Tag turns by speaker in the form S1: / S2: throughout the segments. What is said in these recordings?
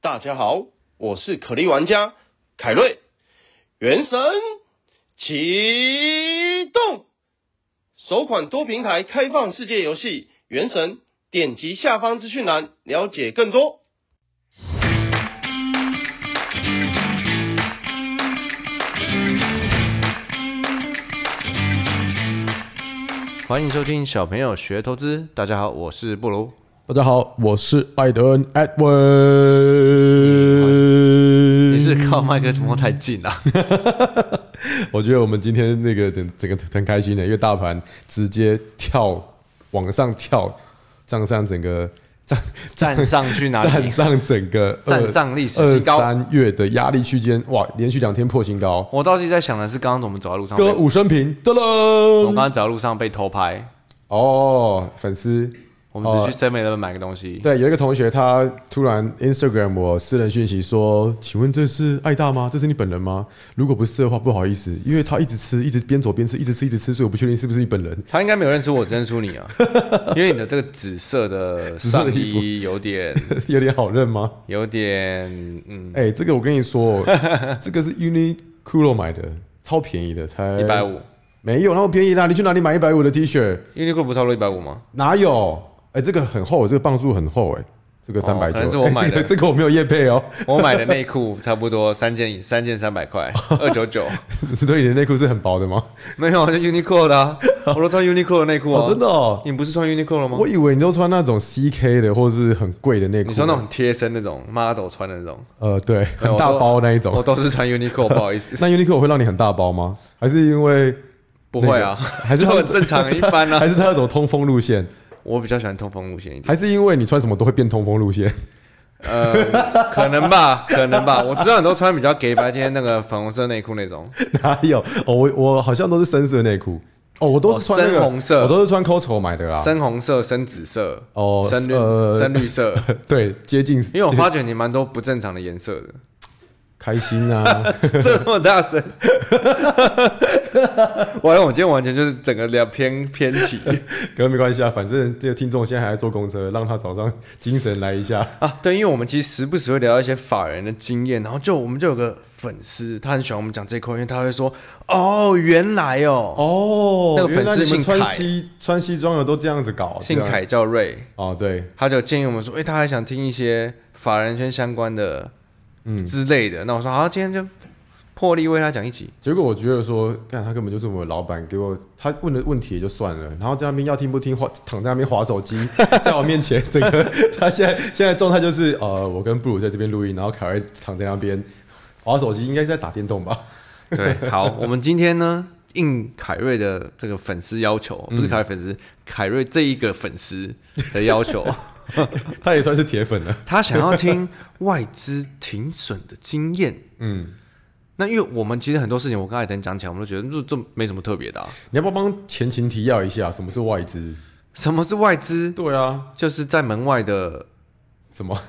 S1: 大家好，我是可莉玩家凯瑞。原神启动，首款多平台开放世界游戏《原神》，点击下方资讯栏了解更多。
S2: 欢迎收听小朋友学投资，大家好，我是布鲁。
S3: 大家好，我是艾德恩 Edwin。
S2: 你是靠麦克风太近啊了、
S3: 嗯我觉得我们今天那个整整个很开心的，因为大盘直接跳往上跳，站上整个站
S2: 站上去哪里
S3: 站上整个二
S2: 站上历史新高
S3: 二三月的压力区间，哇，连续两天破新高，
S2: 我到现在想的是，刚刚我们走在路上被，
S3: 歌舞升平，噔
S2: 我刚
S3: 噔。
S2: 刚走在路上被偷拍，
S3: 哦，粉丝，
S2: 我们只
S3: 哦
S2: 去 Seven Eleven 买个东西。
S3: 对，有一个同学他突然 Instagram 我私人讯息说，请问这是爱大吗？这是你本人吗？如果不是的话，不好意思，因为他一直吃，一直边走边吃，一直吃一直吃，所以我不确定是不是你本人。
S2: 他应该没有认出我，只认出你啊，因为你的这个紫色的上衣有点
S3: 有点好认吗？
S2: 有点嗯
S3: 哎、这个我跟 你说，这个是 Uniqlo 买的，超便宜的，才
S2: 一百五，
S3: 没有那么便宜啦，你去哪里买一百五的 T 恤？
S2: ，Uniqlo 不超过一百五吗？
S3: 哪有？哎、这个很厚，这个磅数很厚、哎，这个
S2: 哦
S3: 三
S2: 可
S3: 百多，
S2: 能是我
S3: 哎
S2: 买
S3: 这个
S2: 的
S3: 这个我没有业配哦。
S2: 我买的内裤差不多三件，三件三百 块，二九九，
S3: 所以你的内裤是很薄的吗？
S2: 没有，是 Uniqlo 的、 啊，我都穿 Uniqlo 的内裤啊、
S3: 哦，真的哦。
S2: 你不是穿 Uniqlo 了吗？
S3: 我以为你都穿那种 CK 的或是很贵的内裤。
S2: 你说那种贴身那种 model 穿的那种，
S3: 呃，对，
S2: 没有
S3: 很大包那一种。
S2: 我都我都是穿 Uniqlo，不好意思。
S3: 那 Uniqlo 会让你很大包吗？还是因为
S2: 不会
S3: 那
S2: 啊
S3: 个 还是
S2: 就
S3: 它
S2: 很正常一般啊
S3: 还是它有种通风路线？
S2: 我比较喜欢通风路线一点，
S3: 还是因为你穿什么都会变通风路线？
S2: 呃，可能吧，可能吧。我知道你都穿比较 gay 白，今天那个粉红色内裤那种，
S3: 哪有？哦，我我好像都是深色内裤。哦，我都是穿那
S2: 哦
S3: 个
S2: 深红色
S3: 我都是穿 Costco 买的啦。
S2: 深红色、深紫色、
S3: 哦，
S2: 深绿、
S3: 呃，
S2: 深绿色。
S3: 对，接近。
S2: 因为我发觉你蛮多不正常的颜色 的，
S3: 开心啊，
S2: 这么大声， 完了，我今天完全就是整个聊偏偏题
S3: 可是没关系啊，反正这个听众现在还在坐公车，让他早上精神来一下。
S2: 啊。对，因为我们其实时不时会聊一些法人的经验，然后就我们就有个粉丝，他很喜欢我们讲这一块，因为他会说，哦，原来哦，
S3: 哦，
S2: 那个粉丝
S3: 原来你们
S2: 姓凯
S3: 穿西穿西装的都这样子搞，
S2: 姓
S3: 这样
S2: 凯叫瑞，
S3: 哦，对，
S2: 他就建议我们说，哎、他还想听一些法人圈相关的
S3: 嗯，
S2: 之类的。那我说好，今天就破例为他讲一集。
S3: 结果我觉得说，干他根本就是我们老板，给我他问的问题也就算了，然后在那边要听不听，划躺在那边划手机，在我面前，整个他现在现在状态就是，呃，我跟布鲁在这边录音，然后凯瑞躺在那边划手机，应该是在打电动吧？
S2: 对，好，我们今天呢，应凯瑞的这个粉丝要求，不是凯瑞粉丝，凯瑞这一个粉丝的要求，
S3: 他也算是铁粉了，
S2: 他想要听外资停损的经验。
S3: 嗯，
S2: 那因为我们其实很多事情，我跟艾登讲起来，我们都觉得这这没什么特别的、啊。
S3: 你要不要帮前情提要一下，什么是外资？
S2: 什么是外资？
S3: 对啊，
S2: 就是在门外 的，
S3: 什么？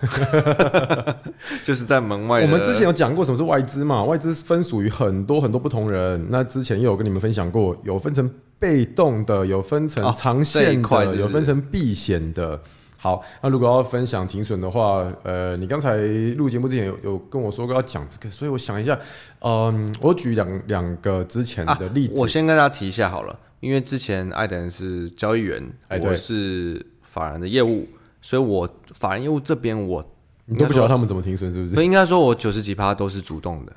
S2: 就是在门外的。
S3: 我们之前有讲过什么是外资嘛？外资分属于很多很多不同人。那之前也有跟你们分享过，有分成被动的，有分
S2: 哦
S3: 成长
S2: 这一
S3: 线的，
S2: 块是不是
S3: 有分成避险的。好，那如果要分享停损的话，呃，你刚才录节目之前有有跟我说过要讲这个，所以我想一下，嗯，我举两两个之前的例子。
S2: 啊。我先跟大家提一下好了，因为之前艾德人是交易员，
S3: 哎对
S2: 我是法人的业务，所以我法人业务这边我
S3: 你都不晓得他
S2: 们，
S3: 们怎么停损是不
S2: 所
S3: 是？
S2: 以应该说我九十几趴都是主动的，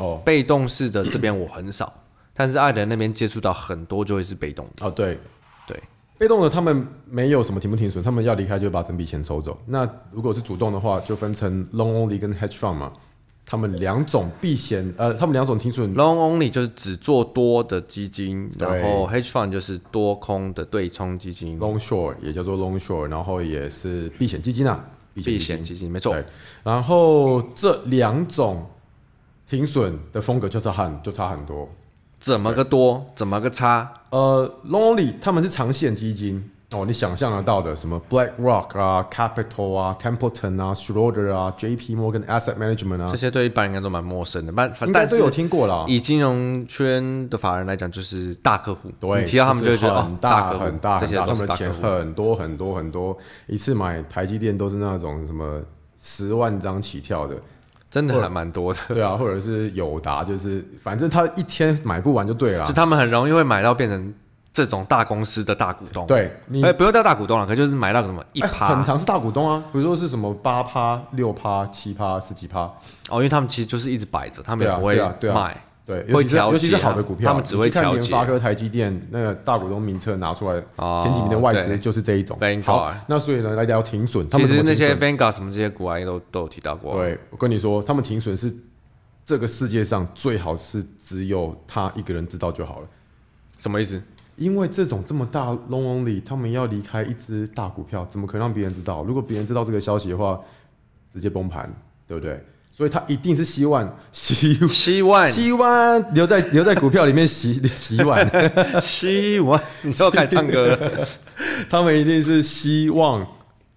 S3: 哦，
S2: 被动式的这边我很少，但是艾德人那边接触到很多就会是被动的，
S3: 哦对，
S2: 对，
S3: 被动的他们没有什么停不停损，他们要离开就把整笔钱抽走。那如果是主动的话，就分成 long only 跟 hedge fund 嘛，他们两种避险，呃，他们两种停损。
S2: Long only 就是只做多的基金，
S3: 对
S2: 然后 hedge fund 就是多空的对冲基金。
S3: long short 也叫做 long short，然后也是避险基金啊，
S2: 避险基金没错
S3: 对然后这两种停损的风格就是很就差很多。
S2: 怎么个多，怎么个差？
S3: 呃，long only 他们是长线基金哦，你想象得到的，什么 BlackRock 啊、Capital 啊、Templeton 啊、Schroder 啊、JP Morgan Asset Management 啊
S2: 这，些对一般人应该都蛮陌生的，但反
S3: 应该
S2: 但
S3: 都
S2: 是
S3: 有听过啊啦
S2: 以金融圈的法人来讲，就是大客户，
S3: 对，
S2: 你提到他们就会觉得
S3: 是
S2: 哦
S3: 很，大
S2: 客户
S3: 很大
S2: 这
S3: 很
S2: 些
S3: 大，他
S2: 都
S3: 们
S2: 是
S3: 的
S2: 大客
S3: 钱
S2: 户。
S3: 很多很多很多，一次买台积电都是那种什么十万张起跳的，
S2: 真的还蛮多的。
S3: 对啊，或者是友达，就是反正他一天买不完就对了
S2: 就。他们很容易会买到变成这种大公司的大股东。
S3: 对你
S2: 哎，不用叫大股东了，可就是买到什么一
S3: 哎
S2: 趴、
S3: 很常是大股东啊，比如说是什么八趴、六趴、七趴、十几趴，
S2: 哦，因为他们其实就是一直摆着，他们
S3: 对
S2: 也
S3: 啊
S2: 不会
S3: 对啊对啊
S2: 卖，
S3: 对，尤
S2: 会
S3: 其是
S2: 调节，啊
S3: 尤其是好的股票，
S2: 他们只会
S3: 你去看
S2: 调
S3: 联
S2: 节。
S3: 发科、台积电那个大股东名册拿出来，
S2: 哦
S3: 前几名的外
S2: 对
S3: 资就是这一种。
S2: Vanguard
S3: 好，那所以呢，来聊停损，他
S2: 其
S3: 们怎
S2: 实
S3: 么
S2: 那
S3: 停
S2: 些
S3: 损
S2: Vanguard 什么这些股啊，也都都有提到过。，
S3: 对，我跟你说，他们停损是这个世界上最好是只有他一个人知道就好了，
S2: 什么意思？
S3: 因为这种这么大 long only，他们要离开一只大股票，怎么可能让别人知道？如果别人知道这个消息的话，直接崩盘，对不对？所以他一定是希望希
S2: 希望
S3: 希望留在留在股票里面洗洗碗。
S2: 希望 你又开始唱歌了。
S3: 他们一定是希望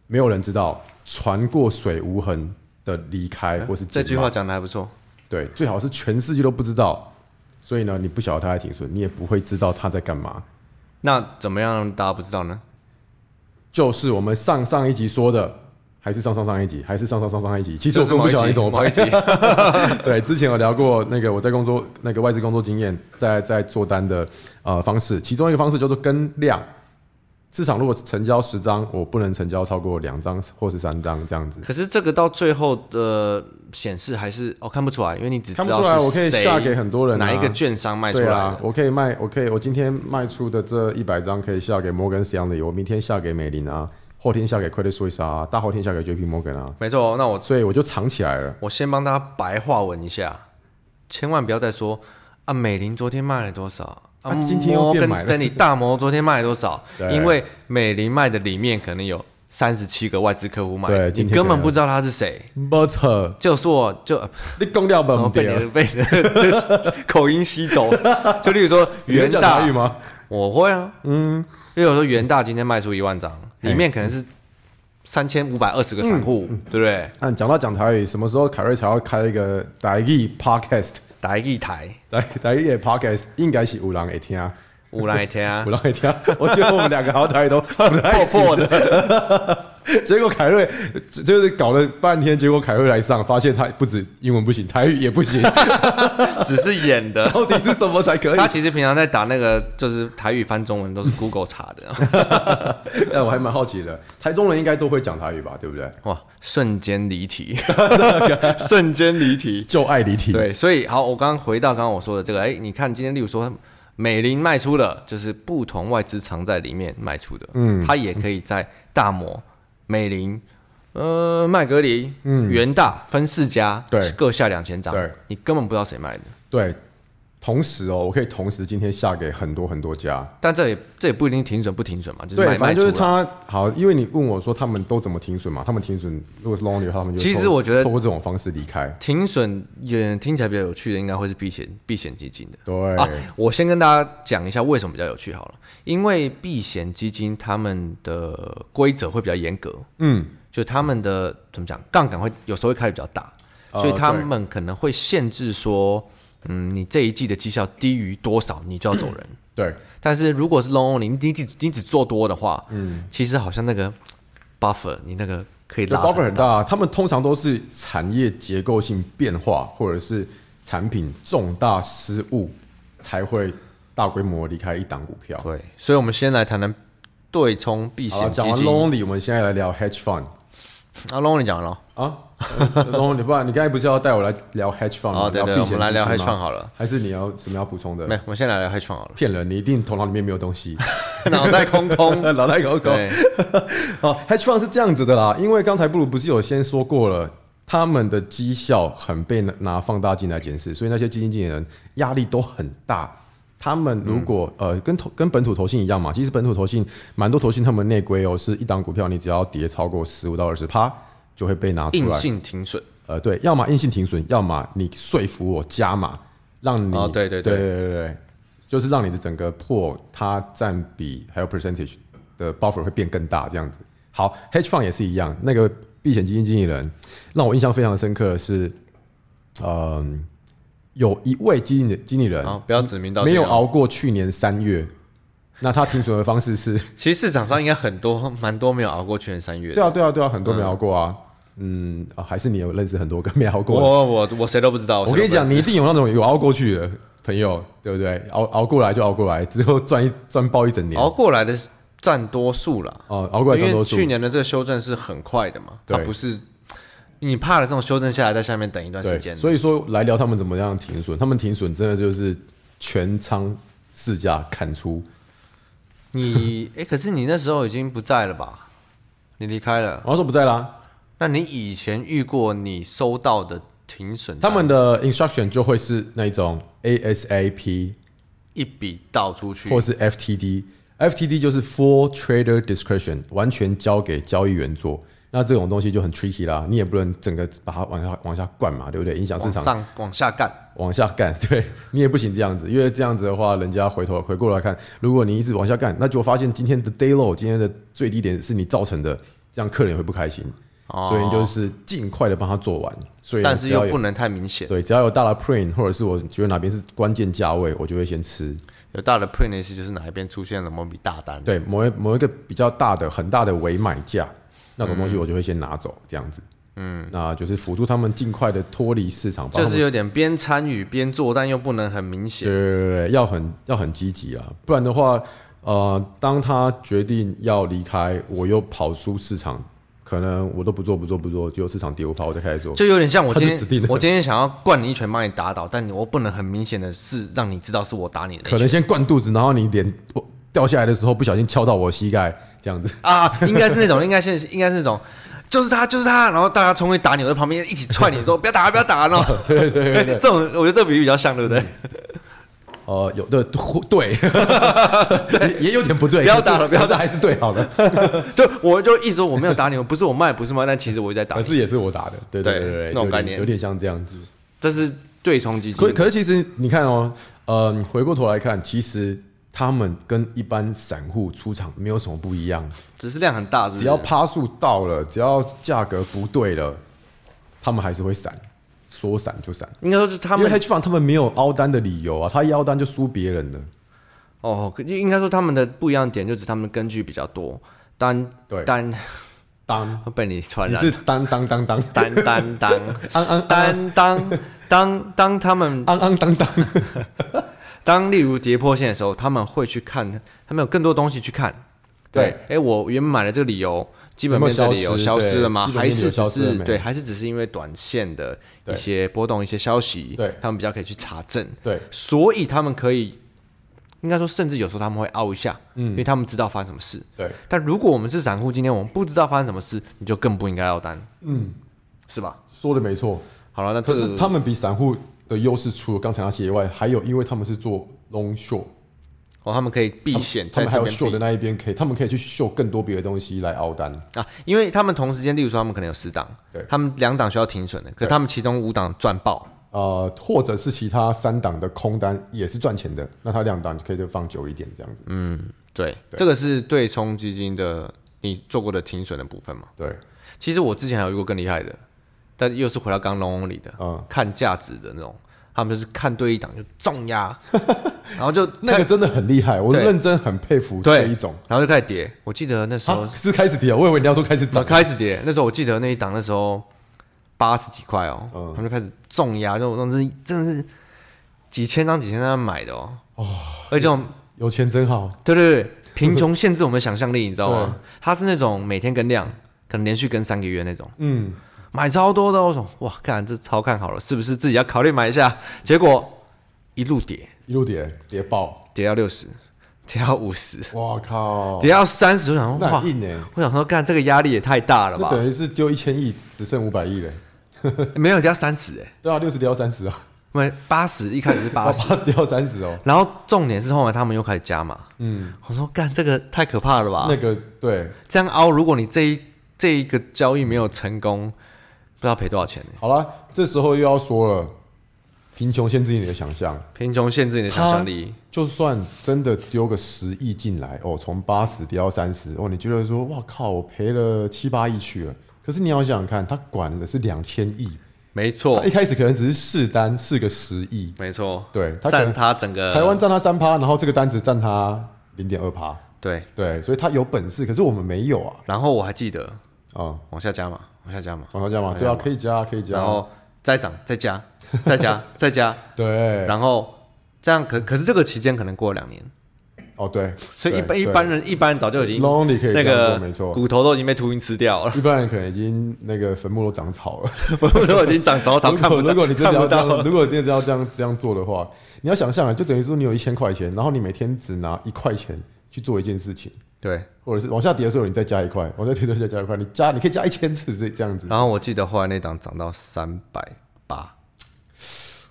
S3: 没有人知道船过水无痕的离开 或是
S2: 哎这句
S3: 减码
S2: 话讲的还不错。
S3: 对，最好是全世界都不知道。所以呢，你不晓得他在停损，你也不会知道他在干嘛。
S2: 那怎么样让大家不知道呢？
S3: 就是我们上上一集说的，还是上上上一集，还是上上上上一集。其实我
S2: 这是
S3: 根本
S2: 某
S3: 不
S2: 一
S3: 晓得
S2: 集
S3: 你怎么
S2: 某一
S3: 拍。
S2: 集
S3: 对，之前有聊过那个我在工作那个外资工作经验，在在做单的呃方式，其中一个方式叫做跟量。市场如果成交十张，我不能成交超过两张或是三张这样子。
S2: 可是这个到最后的显示还是哦看不出来，因为你只知
S3: 看不出
S2: 道
S3: 来，我
S2: 是
S3: 可以
S2: 谁
S3: 下给很多人、啊。
S2: 哪一个券商卖出
S3: 对
S2: 来
S3: 啊
S2: 的，。
S3: 我可以卖，我可以，我今天卖出的这一百张可以下给摩根 l e 里，我明天下给美林啊，后天下给 Credit Suisse 啊，大后天下给 JP Morgan 啊，
S2: 没错，那我
S3: 所以我就藏起来了。
S2: 我先帮大家白话文一下，千万不要再说啊，美林昨天卖了多少。
S3: 啊今天又变
S2: 跟
S3: 买了
S2: Stanley 大摩昨天卖了多少
S3: 对？
S2: 因为美林卖的里面可能有三十七个外资客户买的，
S3: 对今
S2: 你
S3: 天
S2: 根
S3: 可
S2: 本
S3: 能
S2: 不知道他是谁。
S3: 没错，
S2: 就是我就
S3: 你讲了
S2: 然后
S3: 本
S2: 哦被
S3: 别
S2: 你的被你的 口音吸走。就例如说
S3: 你会
S2: 元
S3: 讲
S2: 大
S3: 台语吗？
S2: 我会啊。
S3: 嗯，
S2: 例如说元大今天卖出一万张，
S3: 嘿
S2: 里面可能是三千五百二十个散户，
S3: 嗯
S2: 对不对？
S3: 那、你啊讲到讲台语，什么时候凯瑞才要开一个台语 podcast？
S2: 打一台，
S3: 台台语的 podcast 应该是有人会听，
S2: 五来天 啊
S3: 有，人会听。我觉得我们两个好像台语都不太
S2: 破
S3: 行
S2: 破的。
S3: 结果凯瑞就就是搞了半天，结果凯瑞来上，发现他不止英文不行，台语也 不行，
S2: 只是演的。
S3: 到底是什么 才可以
S2: 他？ 其实平常在打那个就是台语翻中文都是 Google 查 的，
S3: 哎，我还蛮好奇的，台中人应该都会讲台语吧，对不对？
S2: 哇，瞬间离 题，瞬间离题。
S3: 就爱离题。
S2: 对，所以好，我刚刚回到刚刚我说的这个，哎，你看今天例如说美林卖出了，就是不同外资藏在里面卖出的，
S3: 嗯
S2: 它也可以在大摩、美林、呃麦格林、
S3: 嗯
S2: 元大分四家，
S3: 对
S2: 各下两千张，
S3: 对，
S2: 你根本不知道谁卖的。
S3: 对，同时哦，我可以同时今天下给很多很多家。
S2: 但这也这也不一定停损不停损嘛，就是
S3: 对，
S2: 买
S3: 反
S2: 卖
S3: 正就
S2: 出
S3: 是
S2: 了。
S3: 他好，因为你问我说他们都怎么停损嘛，他们停损如果是 lonely 的话，他们就
S2: 其实
S3: 透
S2: 我觉得
S3: 透过这种方式离开。
S2: 停损也听起来比较有趣的，应该会是避险避险基金的。
S3: 对，
S2: 啊，我先跟大家讲一下为什么比较有趣好了，因为避险基金他们的规则会比较严格，
S3: 嗯，
S2: 就他们的怎么讲，杠杆会有时候会开的比较大，
S3: 呃
S2: 所以他们可能会限制说，嗯，你这一季的绩效低于多少，你就要走人。
S3: 对，
S2: 但是如果是 long only，你只你只做多的话，
S3: 嗯，
S2: 其实好像那个 buffer 你那个可以
S3: 这
S2: 拉
S3: buffer 很大，他们通常都是产业结构性变化或者是产品重大失误才会大规模离开一档股票。
S2: 对，所以我们先来谈谈对冲避
S3: 好
S2: 险
S3: 了，
S2: 基
S3: 讲完
S2: 金。
S3: lonely，我们现在来聊 hedge fund
S2: 啊 long only 讲完了。
S3: 啊，lonely，不然你刚才不是要带我来聊 hedge fund 吗？
S2: 哦对对
S3: 聊避险
S2: 我们来聊
S3: 基金吗
S2: hedge fund 好了，
S3: 还是你要什么要补充
S2: 没
S3: 的？
S2: 有，我们先来聊 hedge fund 好了，
S3: 骗人，你一定头脑里面没有东西。
S2: 脑袋空 空。
S3: 老袋狗狗
S2: 对。
S3: 好，hedge 哦 fund 是这样子的啦，因为刚才布鲁不是有先说过了，他们的绩效很被拿拿放大镜来检视，所以那些基金经理人压力都很大。他们如果、
S2: 嗯
S3: 呃跟投跟本土投信一样嘛，其实本土投信蛮多投信他们内规哦，是一档股票你只要跌超过十五到二十趴就会被拿出
S2: 硬
S3: 来。
S2: 性停损，
S3: 呃，对，要么硬性停损，要么你说服我加码，让你、
S2: 哦对对
S3: 对
S2: 对
S3: 对对对就是让你的整个破它占比还有 percentage 的 buffer 会变更大这样子。好，hedge fund 也是一样，那个避险基金经理人让我印象非常深刻的是，嗯，有一位基金经理人
S2: 好，不要指名道姓。哦
S3: 没有熬。过去年三月，那他停损的方式是。
S2: 其实市场上应该很多蛮多没有熬过去年三月的。
S3: 对啊，对啊，对啊，很多没熬过啊。嗯，啊、还是你有认识很多个没熬过的。
S2: 我我我谁都不知道。
S3: 我跟你讲，你
S2: 谁
S3: 一
S2: 都不认识
S3: 定有那种有熬过去的朋友，对不对？熬熬过来就熬过来，之后赚一赚爆一整年。
S2: 熬过来的占多数啦。
S3: 哦，熬过来赚
S2: 因
S3: 多
S2: 为
S3: 数。
S2: 去年的这个修正是很快的嘛，它
S3: 对
S2: 不是你怕了这种修正下来，在下面等一段时
S3: 对，
S2: 间。
S3: 所以说来聊他们怎么样停损，他们停损真的就是全仓市价砍出。
S2: 你哎、可是你那时候已经不在了吧？你离开了。
S3: 然后说不在啦，
S2: 那你以前遇过你收到的停损
S3: 他
S2: 单，
S3: 们的 instruction 就会是那一种 ASAP
S2: 一笔倒出去，
S3: 或是 FTD。FTD 就是 Full Trader Discretion，完全交给交易员做。那这种东西就很 tricky 啦，你也不能整个把它往下往下灌嘛，对不对？影响市
S2: 往
S3: 场
S2: 上往下干，
S3: 往下干， 对你也不行这样子，因为这样子的话，人家回头回过来看，如果你一直往下干，那就发现今天的 day low，今天的最低点是你造成的，这样客人也会不开心，
S2: 哦
S3: 所以就是尽快的帮他做完，所以呢
S2: 但是
S3: 只要
S2: 又
S3: 有
S2: 不能太明显。
S3: 对，只要有大的 print 或者是我觉得哪边是关键价位，我就会先吃，
S2: 有大的 print 的意思就是哪一边出现了某笔大单，，
S3: 对某一某一个比较大的很大的尾买价那种东西，我就会先拿走，这样子，
S2: 嗯，
S3: 那就是辅助他们尽快的脱离市场，帮
S2: 就
S3: 他们
S2: 是有点边参与边做，但又不能很明
S3: 对
S2: 显。
S3: 对对对，要很要很积极啊，不然的话，呃，当他决定要离开，我又跑出市场，可能我都不做不做不做，结果市场跌，我跑我再开始做，
S2: 就有点像我今
S3: 他就死定
S2: 天
S3: 了，
S2: 我今天想要灌你一拳把你打倒，但你我不能很明显的是让你知道是我打你的那一拳。
S3: 可能先灌肚子，然后你脸我掉下来的时候不小心敲到我膝盖，这样子。
S2: 啊，应该是那种，应该是应该是那种，就是他，就是他，然后大家冲去打你，我在旁边一起踹你 说不要打，不要打，然后对对对这种我觉得这比喻比较像，对不 对？
S3: 呃，有的对， 也也有点不对，
S2: 不要
S3: 可是
S2: 打了不要
S3: 可是还是对好了，
S2: 就我就一直说我没有打你，不是我卖，不是卖，但其实我一直在打
S3: 可
S2: 你，
S3: 是也是我打的，对
S2: 对
S3: 对对，
S2: 那种
S3: 有点
S2: 概念
S3: 有点像这样子。
S2: 这是对冲基金。
S3: 可可是其实你看哦，呃，你回过头来看，其实他们跟一般散户出场没有什么不一样，
S2: 只是量很大，是不是？
S3: 只要趴数到了，只要价格不对了，他们还是会闪，说闪就闪。
S2: 应该说是他
S3: 因为
S2: 们
S3: hedge fund 他们没有凹单的理由啊，他一凹单就输别人了。
S2: 哦，可应该说他们的不一样点就是他们的根据比较多，单
S3: 对
S2: 单
S3: 当，
S2: 被你传
S3: 你
S2: 染
S3: 是
S2: 了，
S3: 当当当当，
S2: 单单 当
S3: 安安
S2: 单当当当他们
S3: 当当当 当，
S2: 当例如跌破线的时候，他们会去看，他们有更多东西去看。
S3: 对，
S2: 哎，我原本买的这个理由，基本面的理由
S3: 有没有
S2: 消
S3: 消失
S2: 失了吗？
S3: 对基本
S2: 还
S3: 面
S2: 是
S3: 有
S2: 只
S3: 消失了
S2: 是
S3: 没
S2: 对，还是只是因为短线的一
S3: 对
S2: 些波动、一些消息，
S3: 对
S2: 他们比较可以去查证，
S3: 对
S2: 所以他们可以，应该说，甚至有时候他们会凹一下，
S3: 嗯
S2: 因为他们知道发生什么事。
S3: 对，
S2: 但如果我们是散户，今天我们不知道发生什么事，你就更不应该要单，
S3: 嗯，
S2: 是吧？
S3: 说的没错。
S2: 好了，那这
S3: 可
S2: 个
S3: 是他们比散户的优势，除了刚才那些以外，还有因为他们是做 long short，
S2: 哦，他们可以避险
S3: 他
S2: 在
S3: 们
S2: 这
S3: 还有
S2: 边避
S3: 秀的那一边可以，他们可以去秀更多别的东西来凹单。
S2: 啊，因为他们同时间，例如说他们可能有十档，
S3: 对
S2: 他们两档需要停损的，可
S3: 对
S2: 他们其中五档赚爆，
S3: 呃，或者是其他三档的空单也是赚钱的，那它两档就可以就放久一点这样子。
S2: 嗯，对，
S3: 对
S2: 这个是对冲基金的你做过的停损的部分嘛。
S3: 对，
S2: 其实我之前还有遇过更厉害的，但又是回到刚龙里的，
S3: 嗯
S2: 看价值的那种，他们就是看对一档就重 压，然后就
S3: 那个真的很厉害，我
S2: 对
S3: 认真很佩服这
S2: 对
S3: 一种。，
S2: 然后就开始跌。我记得那时候
S3: 啊，是开始跌哦，我以为你要说开始
S2: 然后
S3: 涨。
S2: 开始跌，那时候我记得那一档那时候八十几块哦，
S3: 嗯
S2: 他们就开始重压，就那是真的是几千张几千张买的哦，
S3: 哦，
S2: 而且这种
S3: 有钱真好。
S2: 对对对，贫穷限制我们想象力，你知道吗
S3: 对？
S2: 它是那种每天跟量，可能连续跟三个月那种，
S3: 嗯，
S2: 买超多的哦，我说哇，看这超看好了，是不是自己要考虑买一下？结果一路跌，
S3: 一路跌跌爆，
S2: 跌到六十，跌到五十，
S3: 哇靠！
S2: 跌到三十，我想说
S3: 哦那
S2: 哇
S3: 很硬欸，
S2: 我想说干这个压力也太大了
S3: 那
S2: 吧？
S3: 等于是丢一千亿，只剩五百亿了。
S2: 没有跌到三十哎。
S3: 对啊，六十跌到三十啊，
S2: 没八十一开始是八 十，
S3: 八十跌到三十哦。
S2: 然后重点是后来他们又开始加码。
S3: 嗯，
S2: 我说干这个太可怕了吧？
S3: 那个对，
S2: 这样凹，如果你这一这一个交易没有成功，不知道赔多少钱呢？
S3: 好啦，这时候又要说了，贫穷限制你的想象。
S2: 贫穷限制你的想象力。
S3: 就算真的丢个十亿进来，哦，从八十跌到三十，哦，你觉得说，哇靠，我赔了七八亿去了。可是你要想想看，他管的是两千亿，
S2: 没
S3: 他
S2: 错
S3: 一，开始可能只是试单，试个十亿，
S2: 没错，
S3: 对，他可
S2: 占
S3: 能
S2: 他整个
S3: 台湾占他三趴，然后这个单子占他零点二趴，
S2: 对。
S3: 对，所以他有本事，可是我们没有啊，
S2: 然后我还记得
S3: 啊、
S2: 往下加码，往下加嘛，
S3: 往上加嘛，对啊，可以加，可以加。
S2: 然后再涨，再 加，再加，再加，
S3: 对，
S2: 然后这样可可是这个期间可能过了两年，
S3: 哦对，
S2: 所以一般
S3: 对
S2: 一般人一般人早就已经
S3: Lonely 可以
S2: 那
S3: 这样
S2: 个
S3: 做没错
S2: 骨头都已经被秃鹰吃掉了
S3: 对，一般人可能已经那个坟墓都长草了。
S2: 我们都已经哦长早早
S3: 如
S2: 看
S3: 果
S2: 不到，
S3: 如果你真
S2: 看
S3: 的
S2: 不
S3: 要这
S2: 到
S3: 样，
S2: 了，
S3: 如果真的要这样这样做的话，你要想象啊，就等于说你有一千块钱，然后你每天只拿一块钱去做一件事情，
S2: 对。
S3: 或者是往下跌的时候你再加一块，往下跌的时候再加一块，你加你可以加一千次这这样子。
S2: 然后我记得后来那档涨到三百八，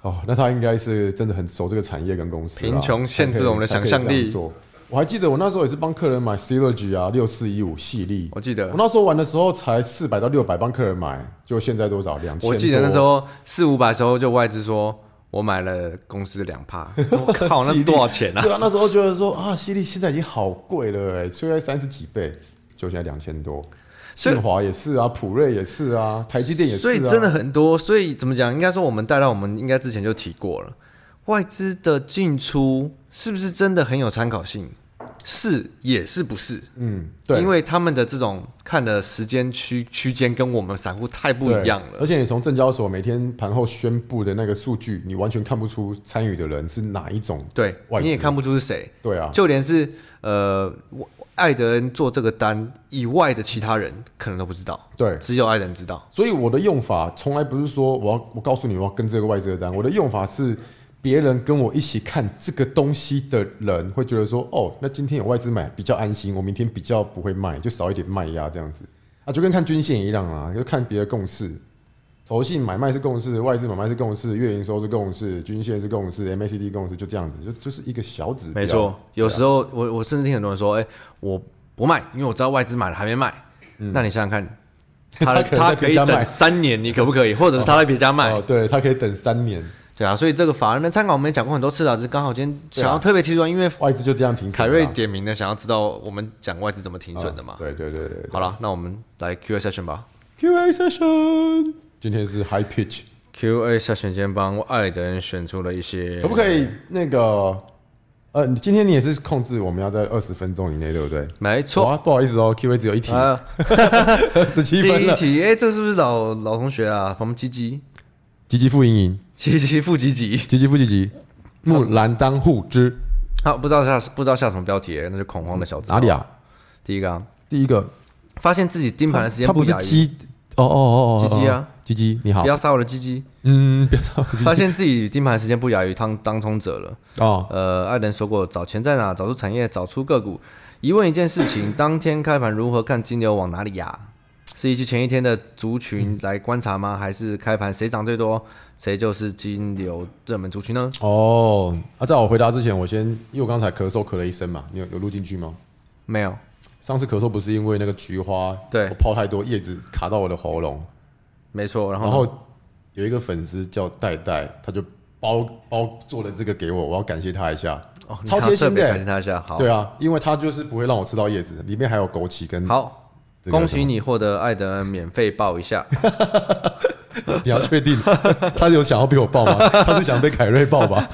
S3: 哦，那他应该是真的很熟这个产业跟公司啦。
S2: 贫穷限制我们的想象力
S3: 才可以这样做我还记得我那时候也是帮客人买 Synergy 啊，六四一五系列。
S2: 我记得
S3: 我那时候玩的时候才四百到六百帮客人买，就现在多少两千。
S2: 我记得那时候四五百时候就外资说，我买了公司两 趴，我靠，那多少钱啊
S3: 对？啊，那时候觉得说啊，犀利现在已经好贵了哎，虽然三十几倍，就现在两千多。
S2: 所以
S3: 信华也是啊，普瑞也是啊，台积电也是啊。
S2: 所以真的很多，所以怎么讲？应该说我们带到我们应该之前就提过了，外资的进出是不是真的很有参考性？是也是不是？
S3: 嗯，对，
S2: 因为他们的这种看的时间区区间跟我们散户太不
S3: 对
S2: 一样了
S3: 而。且你从证交所每天盘后宣布的那个数据，你完全看不出参与的人是哪一种
S2: 对，
S3: 外
S2: 你也
S3: 资
S2: 看不出是谁。
S3: 对啊，
S2: 就连是呃，我艾德恩做这个单以外的其他人可能都不知道，
S3: 对。
S2: 只有艾德恩知道。
S3: 所以我的用法从来不是说我要我告诉你我要跟这个外资的单，我的用法是别人跟我一起看这个东西的人会觉得说，哦，那今天有外资买比较安心，我明天比较不会卖，就少一点卖压这样子啊，就跟看均线一样啊，就看别的共识。投信买卖是共识，外资买卖是共识，月营收是共识，均线是共识，MACD 共识，就这样子，就就是一个小指标。
S2: 没错，有啊时
S3: 候
S2: 候我我甚至听很多人说，哎、我不卖，因为我知道外资买了还没卖。
S3: 嗯
S2: 那你想想 看，
S3: 他
S2: 他
S3: 可能在
S2: 可
S3: 别
S2: 以
S3: 家卖
S2: 等三年，你可不可以？或者是他在别家卖？
S3: 哦，对，它可以等三年，
S2: 对啊，所以这个法人的参考我们也讲过很多次了，只是刚好今天想要特别提出来，因为
S3: 外资就这样停损了。
S2: 凯瑞点名的，想要知道我们讲外资怎么停损的嘛
S3: 啊。对对对对对。
S2: 好了，那我们来 Q&A session 吧。
S3: Q&A session，今天是 High Pitch，
S2: Q&A 下选先帮爱的人选出了一些，
S3: 可不可以？那个呃，你今天你也是控制我们要在二十分钟以内，对不对？
S2: 没
S3: 哇
S2: 错，
S3: 不好意思哦，Q&A 只有一题，
S2: 啊，
S3: 十
S2: 第
S3: 七分
S2: 一
S3: 了。
S2: 题，哎、这是不是老老同学啊？冯吉 吉，
S3: 吉吉富盈盈，
S2: 吉吉负吉吉。
S3: 吉吉富吉吉，木兰当户织，
S2: 好，不知道下不知道下什么标题、那就恐慌的小字。
S3: 哪里？啊？
S2: 第一个、啊，
S3: 第一个，
S2: 发现自己盯盘的时间
S3: 它不是
S2: 亚于，
S3: 鸡，哦哦哦哦，哦
S2: 鸡鸡啊，
S3: 鸡鸡，你好
S2: 不，要杀我的鸡鸡。
S3: 嗯，不要吵，
S2: 发现自己盯盘的时间不亚于当当冲者了。
S3: 哦，
S2: 呃，艾伦说过，找钱在哪，找出产业，找出个股。一问一件事情，当天开盘如何看金流往哪里压？是依据前一天的族
S3: 嗯
S2: 群来观察吗？还是开盘谁涨最多，谁就是金流热门族群呢？
S3: 哦，啊，在我回答之前，我先，因为我刚才咳嗽咳了一声嘛，你有有录进去吗？
S2: 没有，
S3: 上次咳嗽不是因为那个菊花，
S2: 对
S3: 我泡太多叶子卡到我的喉咙，
S2: 没错。然
S3: 然
S2: 后
S3: 后
S2: 呢
S3: 有一个粉丝叫戴戴，他就包包做了这个给我，我要感谢他一下，
S2: 哦你
S3: 超
S2: 还
S3: 贴
S2: 特
S3: 心
S2: 别
S3: 的欸，
S2: 感谢他一下好
S3: 对啊，因为他就是不会让我吃到叶子，里面还有枸杞跟，
S2: 好，
S3: 这个
S2: 恭
S3: 什
S2: 喜
S3: 么
S2: 你获得艾德恩免费报一 下。
S3: 你要确定 他有想要被我抱吗？他是想被凯瑞 抱吧？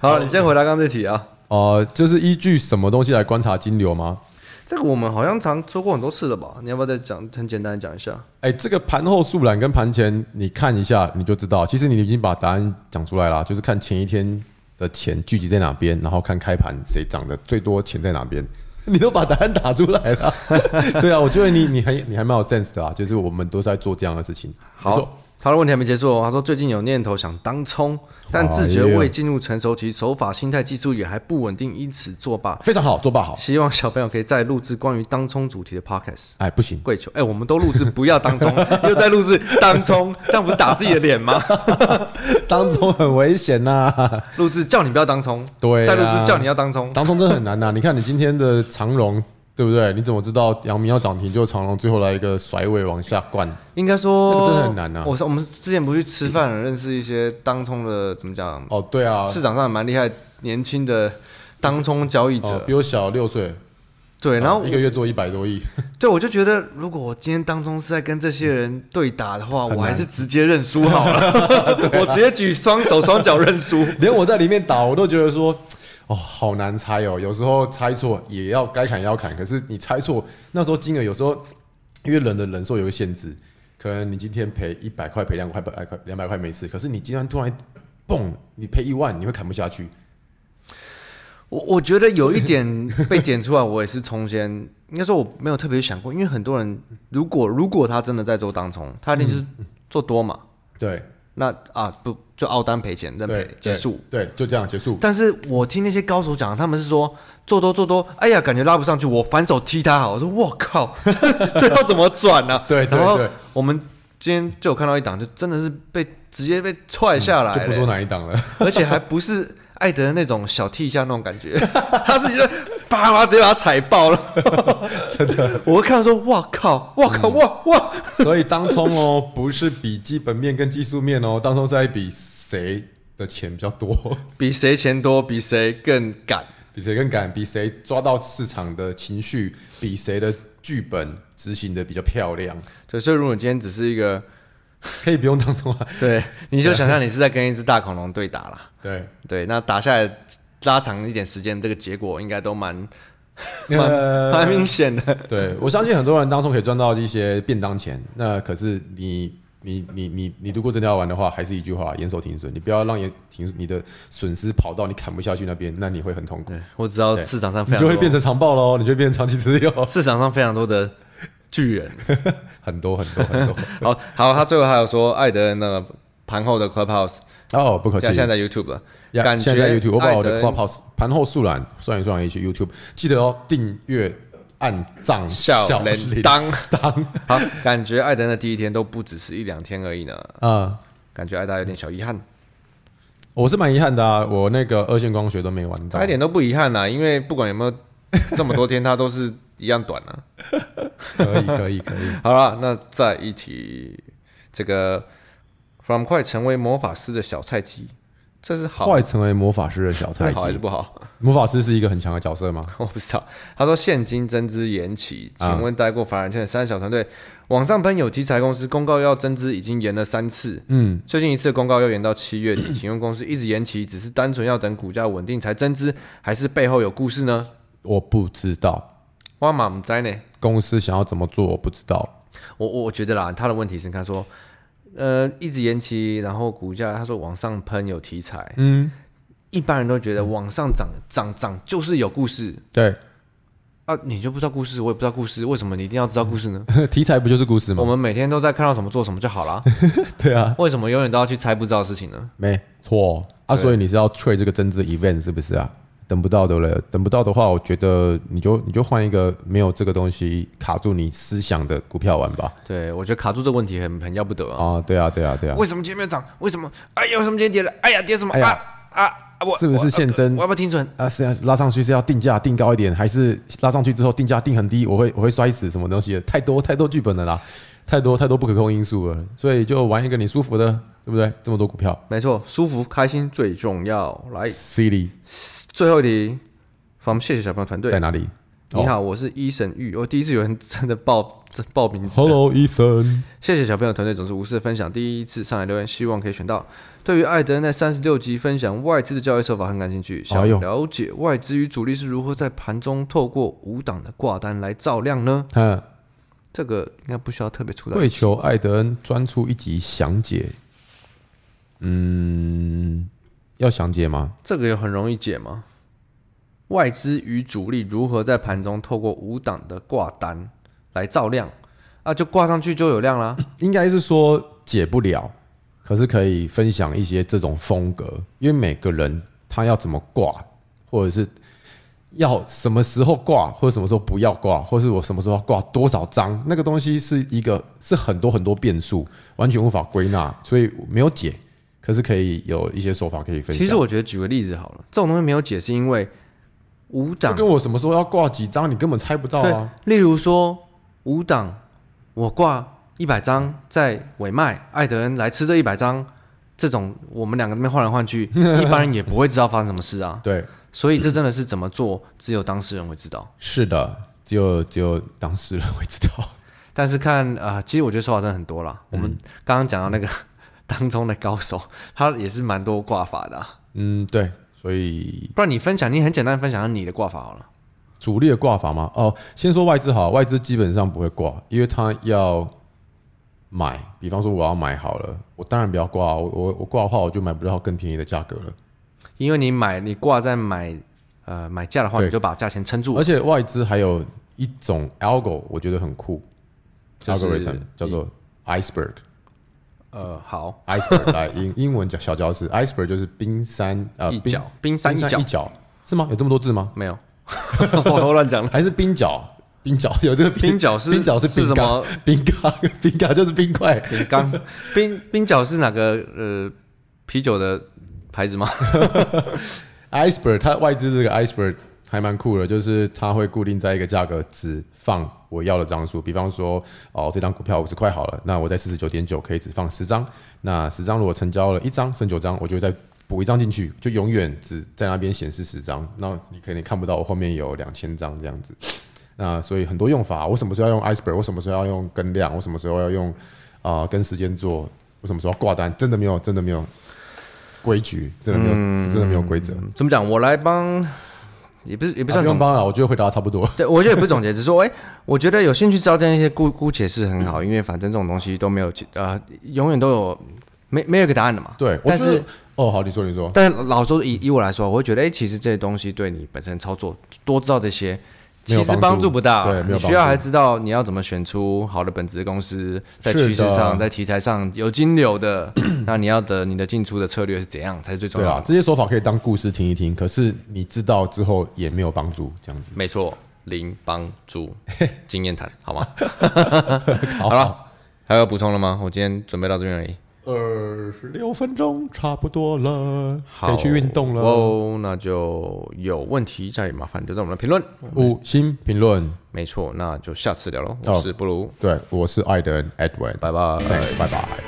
S2: 好，你先回答刚刚这题啊。
S3: 呃，就是依据什么东西来观察金流吗？
S2: 这个我们好像常说过很多次了吧？你要不要再讲，很简单地讲一下？
S3: 哎、这个盘后速览跟盘前，你看一下你就知道。其实你已经把答案讲出来啦，就是看前一天的钱聚集在哪边，然后看开盘谁涨的最多，钱在哪边。 你都把答案打出来了， 对啊，我觉得你你还你还蛮有 sense 的啊，就是我们都是在做这样的事情。没错
S2: 好，他的问题还没结束哦。他说最近有念头想当冲，但自
S3: 哎
S2: 觉未进入成熟期，手法、心态、技术也还不稳定，因此作罢。
S3: 非常好，做霸好。
S2: 希望小朋友可以再录制关于当冲主题的 podcast。
S3: 哎，不 行，
S2: 跪求，哎、我们都录制不要当 冲，又在录制当冲，这样不是打自己的脸吗？
S3: 当中很危险呐、
S2: 录制叫你不要当冲，
S3: 对、啊，
S2: 再录制叫你要当冲，
S3: 当冲真的很难呐、啊你看你今天的长荣，对不对？你怎么知道阳明要涨停，就长荣最后来一个甩尾往下灌？
S2: 应该说
S3: 那个真的很难啊
S2: 我说我们之前不是去吃饭，认识一些当冲的，怎么讲？
S3: 哦，对啊，
S2: 市场上蛮厉害，年轻的当冲交易
S3: 哦
S2: 者，
S3: 比我小六岁。
S2: 对，然后
S3: 哦
S2: 我
S3: 一个月做一百多亿，
S2: 对，我就觉得如果我今天当中是在跟这些人对打的话，
S3: 很难
S2: 我还是直接认输好了， 我直接举双手双脚认输。
S3: 连我在里面打，我都觉得说， 哦，好难猜哦。有时候猜错也要该砍也要砍，可是你猜错，那时候金额有时候因为人的人寿有个限制，可能你今天赔一百块赔两块百块两百块没事，可是你今天突然蹦，你赔一万你会砍不下去，
S2: 我我觉得有一点 被点出来，我也是从前应该说我没有特别想过，因为很多人如果如果他真的在做当冲，他一定就是做多嘛，
S3: 对，
S2: 那啊不就澳单赔钱认
S3: 对
S2: 赔结束。
S3: 对，对就这样结束。
S2: 但是我听那些高手讲，他们是说做多做多，哎呀感觉拉不上去，我反手踢他好，我说我靠， 这要怎么转呢、
S3: 对对
S2: 然后
S3: 对
S2: 我们今天就有看到一档，就真的是被直接被踹下来、
S3: 嗯就不说哪一档了。
S2: 而且还不是艾德那种小踢一下那种感觉， 他是觉得叭叭直接把他踩爆 了，真的。我看到说，哇靠，哇靠，
S3: 嗯
S2: 哇哇，
S3: 所以当冲哦，不是比基本面跟技术面哦，当冲是在比谁的钱比较多，
S2: 比谁钱多，比谁更敢。
S3: 比谁更敢，比谁抓到市场的情绪，比谁的剧本执行的比较漂亮，
S2: 对，所以如果你今天只是一个，
S3: 可以不用当冲啊。
S2: 对，你就想象你是在跟一只大恐龙对打 啦。
S3: 对，
S2: 对，那打下来拉长一点时间，这个结果应该都蛮蛮
S3: 呃
S2: 蛮明显的。
S3: 对，我相信很多人当中可以赚到一些便当钱，那可是你你你你你如果真的要玩的话，还是一句话，严守停损，你不要让严停你的损失跑到你砍不下去那边，那你会很痛苦
S2: 对。， 我知道
S3: 对
S2: 市场上非
S3: 你
S2: 常
S3: 就
S2: 多，
S3: 会变成长报喽，你就会变成长期持有，
S2: 市场上非常多的巨人。
S3: 很多很多很多。
S2: 好好，他最后还有说，艾德恩那个盘后的 Clubhouse，
S3: 哦，不可
S2: 现在
S3: 置
S2: 现
S3: 疑。
S2: 在在 YouTube 了，
S3: 呀
S2: 感觉
S3: 现在 YouTube，我把我的
S2: 艾德恩
S3: Clubhouse 盘后速览算一算也去 YouTube，记得哦，订阅、按赞、
S2: 小
S3: 铃
S2: 铃铛
S3: 铛
S2: 好，感觉艾德恩的第一天都不只是一两天而已呢，
S3: 啊、
S2: 感觉艾达有点小遗憾，
S3: 我是蛮遗憾的啊，我那个二线光学都没玩到
S2: 他一。点都不遗憾啦，因为不管有没 有这么多天，他都是一样短啊。
S3: 可以可以可以，
S2: 好了，那再一题，这个 From 快成为魔法师的小菜鸡，这是 好，
S3: 快成为魔法师的小
S2: 这
S3: 菜
S2: 是好还是
S3: 鸡。
S2: 不好？
S3: 魔法师是一个很强的角色吗？
S2: 我不知道。他说现金增资延期，
S3: 啊
S2: 请问待过法人圈的三小团队，网上喷有题材公司公告要增资已经延了三次，
S3: 嗯，
S2: 最近一次公告又延到七月 底，请问公司一直延期，只是单纯要等股价稳定才增资，还是背后有故事呢？
S3: 我不知道，
S2: 哇马姆哉呢？
S3: 公司想要怎么做我不知道。
S2: 我我我觉得啦，他的问题是他说，呃，一直延期，然后股价他说往上喷有题材，
S3: 嗯，
S2: 一般人都觉得往上涨涨涨就是有故事
S3: 对，
S2: 啊，你就不知道故事，我也不知道故事，为什么你一定要知道故事呢？
S3: 题材不就是故事吗？
S2: 我们每天都在看到什么做什么就好啦，
S3: 对啊，
S2: 为什么永远都要去猜不知道的事情呢？
S3: 没错啊，
S2: 对
S3: 所以你是要 trade 这个增值 event 是不是啊？等不到的了，等不到的话，我觉得你就你就换一个没有这个东西卡住你思想的股票玩吧。
S2: 对，我觉得卡住这个问题很很要不得啊。
S3: 啊，对啊，对啊，对啊，
S2: 为什么今天没有涨？为什么？哎呀，为什么今天跌了？哎呀，跌什么？
S3: 哎
S2: 啊
S3: 呀
S2: 啊啊！我
S3: 是不是
S2: 我
S3: 现增
S2: 我要不要停损？
S3: 啊，是啊，拉上去是要定价定高一点，还是拉上去之后定价定很低，我会我会摔死什么东西的？太多太多剧本了啦，太多太多不可控因素了，所以就玩一个你舒服的，对不对？这么多股票
S2: 没错，舒服开心最重要。来，
S3: ，Silly
S2: 最后一题，from 谢谢小朋友团队
S3: 在。哪里？哦
S2: 你好，我是医神玉，我第一次有人真的报真报名字。
S3: ，Hello Ethan，
S2: 谢谢小朋友团队总是无私分享，第一次上来留言，希望可以选到。对于艾德那三十六集分享外资的交易手法很感兴趣，
S3: 哎
S2: 想
S3: 呦
S2: 了解外资与主力是如何在盘中透过五档的挂单来照亮呢？
S3: 嗯，
S2: 这个应该不需要特别出来。
S3: 跪求艾德恩专出一集详解。嗯，要详解吗？
S2: 这个有很容易解吗？外资与主力如何在盘中透过五档的挂单来照亮啊？就挂上去就有量啦。
S3: 应该是说解不了，可是可以分享一些这种风格，因为每个人他要怎么挂，或者是要什么时候挂，或者什么时候不要挂，或是我什么时候要挂多少张，那个东西是一个是很多很多变数，完全无法归纳，所以没有解，可是可以有一些手法可以分享。
S2: 其实我觉得举个例子好了，这种东西没有解是因为五
S3: 就
S2: 档
S3: 跟我什么时候要挂几张，你根本猜不到
S2: 对
S3: 啊。，
S2: 例如说五档，我挂一百张在尾卖，艾德恩来吃这一百张，这种我们两个这边换来换 去，一般人也不会知道发生什么事啊。
S3: 对，
S2: 所以这真的是怎么做，只有当事人会知道。
S3: 是的，只有只有当事人会知道。
S2: 但是看啊、呃其实我觉得手法真的很多啦。我们刚刚讲到那个
S3: 嗯
S2: 当中的高手，他也是蛮多挂法的啊、
S3: 嗯，对，所以
S2: 不然你分享，你很简单分享你的挂法好了。
S3: 主力的挂法吗？哦，先说外资好，外资基本上不会挂，因为他要买，比方说我要买好了，我当然不要挂啊，我我我挂的话我就买不到更便宜的价格了。
S2: 因为你买你挂在买呃买价的话，
S3: 对
S2: 你就把价钱撑住，
S3: 而且外资还有一种 algo，我觉得很酷
S2: 就是
S3: algorithm 叫做 iceberg。
S2: 呃好，
S3: iceberg 来英 英文叫小教室，iceberg 就是冰山呃
S2: 一
S3: 冰
S2: 角冰山一角
S3: 一角是吗？有这么多字吗？
S2: 没有，我乱讲了。
S3: 还是冰角？冰角有这个
S2: 冰角是
S3: 冰角是
S2: 是
S3: 冰
S2: 什
S3: 嘎
S2: 么？
S3: 冰嘎冰嘎就是冰块。
S2: 冰刚冰冰角是哪个呃啤酒的牌子吗？
S3: iceberg 它外资这个 iceberg 还蛮酷的，就是它会固定在一个价格，只放我要的张数。比方说，哦，这张股票五十块好了，那我在四十九点九可以只放十张。那十张如果成交了一张，剩九张，我就会再补一张进去，就永远只在那边显示十张。那你肯定看不到我后面有两千张这样子。那所以很多用法，我什么时候要用 iceberg，我什么时候要用跟量，我什么时候要用啊、呃跟时间做，我什么时候要挂单，真的没有，真的没有规矩，真的没有，真的没有规则。
S2: 嗯怎么讲？我来帮，也不是啊也不
S3: 啊不
S2: 算
S3: 用
S2: 总，
S3: 帮了，我觉得回答差不多。
S2: 对我觉得也不是总结，只是说，哎、我觉得有兴趣知道这样一些姑姑且是很好，因为反正这种东西都没有呃，永远都有没没有一个答案的嘛。
S3: 对，我
S2: 但
S3: 觉得
S2: 是
S3: 哦，好，你说你说，
S2: 但是老实说以以我来说，我会觉得，哎、其实这些东西对你本身操作多知道这些。
S3: 没有
S2: 其实
S3: 帮助
S2: 帮助不大，
S3: 对没有
S2: 你需
S3: 帮
S2: 要
S3: 助
S2: 还知道你要怎么选出好的本职公司，在
S3: 是
S2: 趋势
S3: 的
S2: 上、在题材上有金流的， 那你要的你的进出的策略是怎样才是最重
S3: 对
S2: 要
S3: 啊
S2: 的？，
S3: 这些手法可以当故事听一听，可是你知道之后也没有帮助，这样子。
S2: 没错，零帮 助经验谈，好吗？
S3: 好
S2: 了，还有补充了吗？我今天准备到这边而已。
S3: 二十六分钟差不多了，
S2: 好，
S3: 可以去运动了。
S2: 哦，那就有问题再麻烦留在我们的评论。
S3: 五星评论，
S2: 没错，那就下次聊喽。我是布鲁，
S3: 对，我是艾德 Edwin，
S2: 拜拜。
S3: Thanks，拜拜。